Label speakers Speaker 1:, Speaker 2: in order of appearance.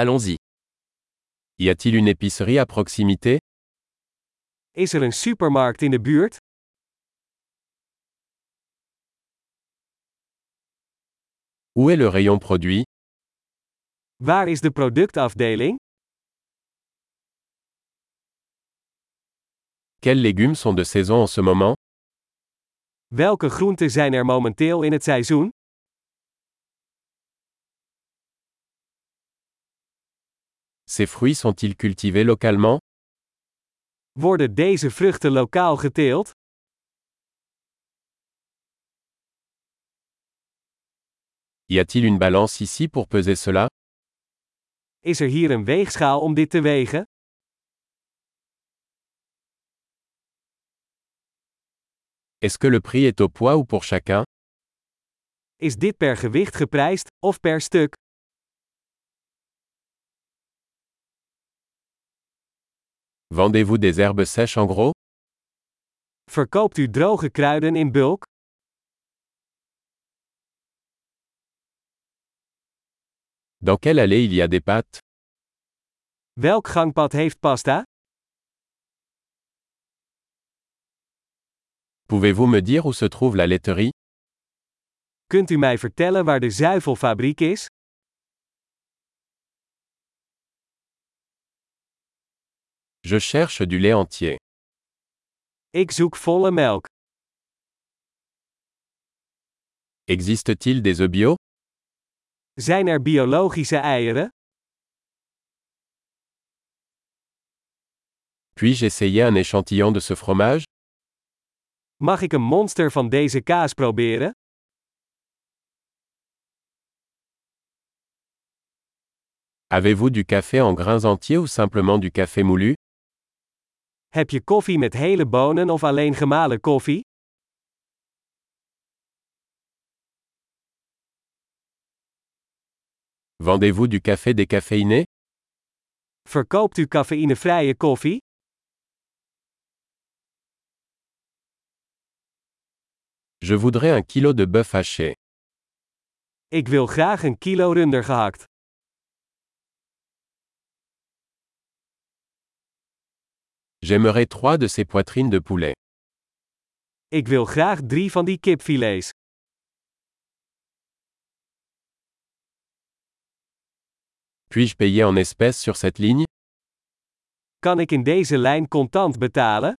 Speaker 1: Allons-y. Y a-t-il une épicerie à proximité
Speaker 2: Is er een supermarkt in de buurt?
Speaker 1: Où est le rayon produit
Speaker 2: Waar is de productafdeling?
Speaker 1: Quels légumes sont de saison en ce moment
Speaker 2: Welke groenten zijn er momenteel in het seizoen?
Speaker 1: Ces fruits sont-ils cultivés localement
Speaker 2: Worden deze vruchten lokaal geteeld?
Speaker 1: Y a-t-il une balance ici pour peser cela
Speaker 2: Is er hier een weegschaal om dit te wegen?
Speaker 1: Est-ce que le prix est au poids ou pour chacun
Speaker 2: Is dit per gewicht geprijsd of per stuk?
Speaker 1: Vendez-vous des herbes sèches en gros
Speaker 2: Verkoopt u droge kruiden in bulk?
Speaker 1: Dans quelle allée il y a des pâtes
Speaker 2: Welk gangpad heeft pasta?
Speaker 1: Pouvez-vous me dire où se trouve la laiterie
Speaker 2: Kunt u mij vertellen waar de zuivelfabriek is?
Speaker 1: Je cherche du lait entier.
Speaker 2: Ik zoek volle melk.
Speaker 1: Existe-t-il des œufs bio
Speaker 2: Zijn er biologische eieren?
Speaker 1: Puis-je essayer un échantillon de ce fromage
Speaker 2: Mag ik een monster van deze kaas proberen?
Speaker 1: Avez-vous du café en grains entiers ou simplement du café moulu
Speaker 2: Heb je koffie met hele bonen of alleen gemalen koffie?
Speaker 1: Vendez-vous du café décaféiné
Speaker 2: Verkoopt u cafeïnevrije koffie?
Speaker 1: Je voudrais un kilo de bœuf haché.
Speaker 2: Ik wil graag een kilo runder gehakt.
Speaker 1: J'aimerais trois de ces poitrines de poulet.
Speaker 2: Ik wil graag drie van die kipfilets.
Speaker 1: Puis-je payer en espèces sur cette ligne
Speaker 2: Kan ik in deze lijn contant betalen?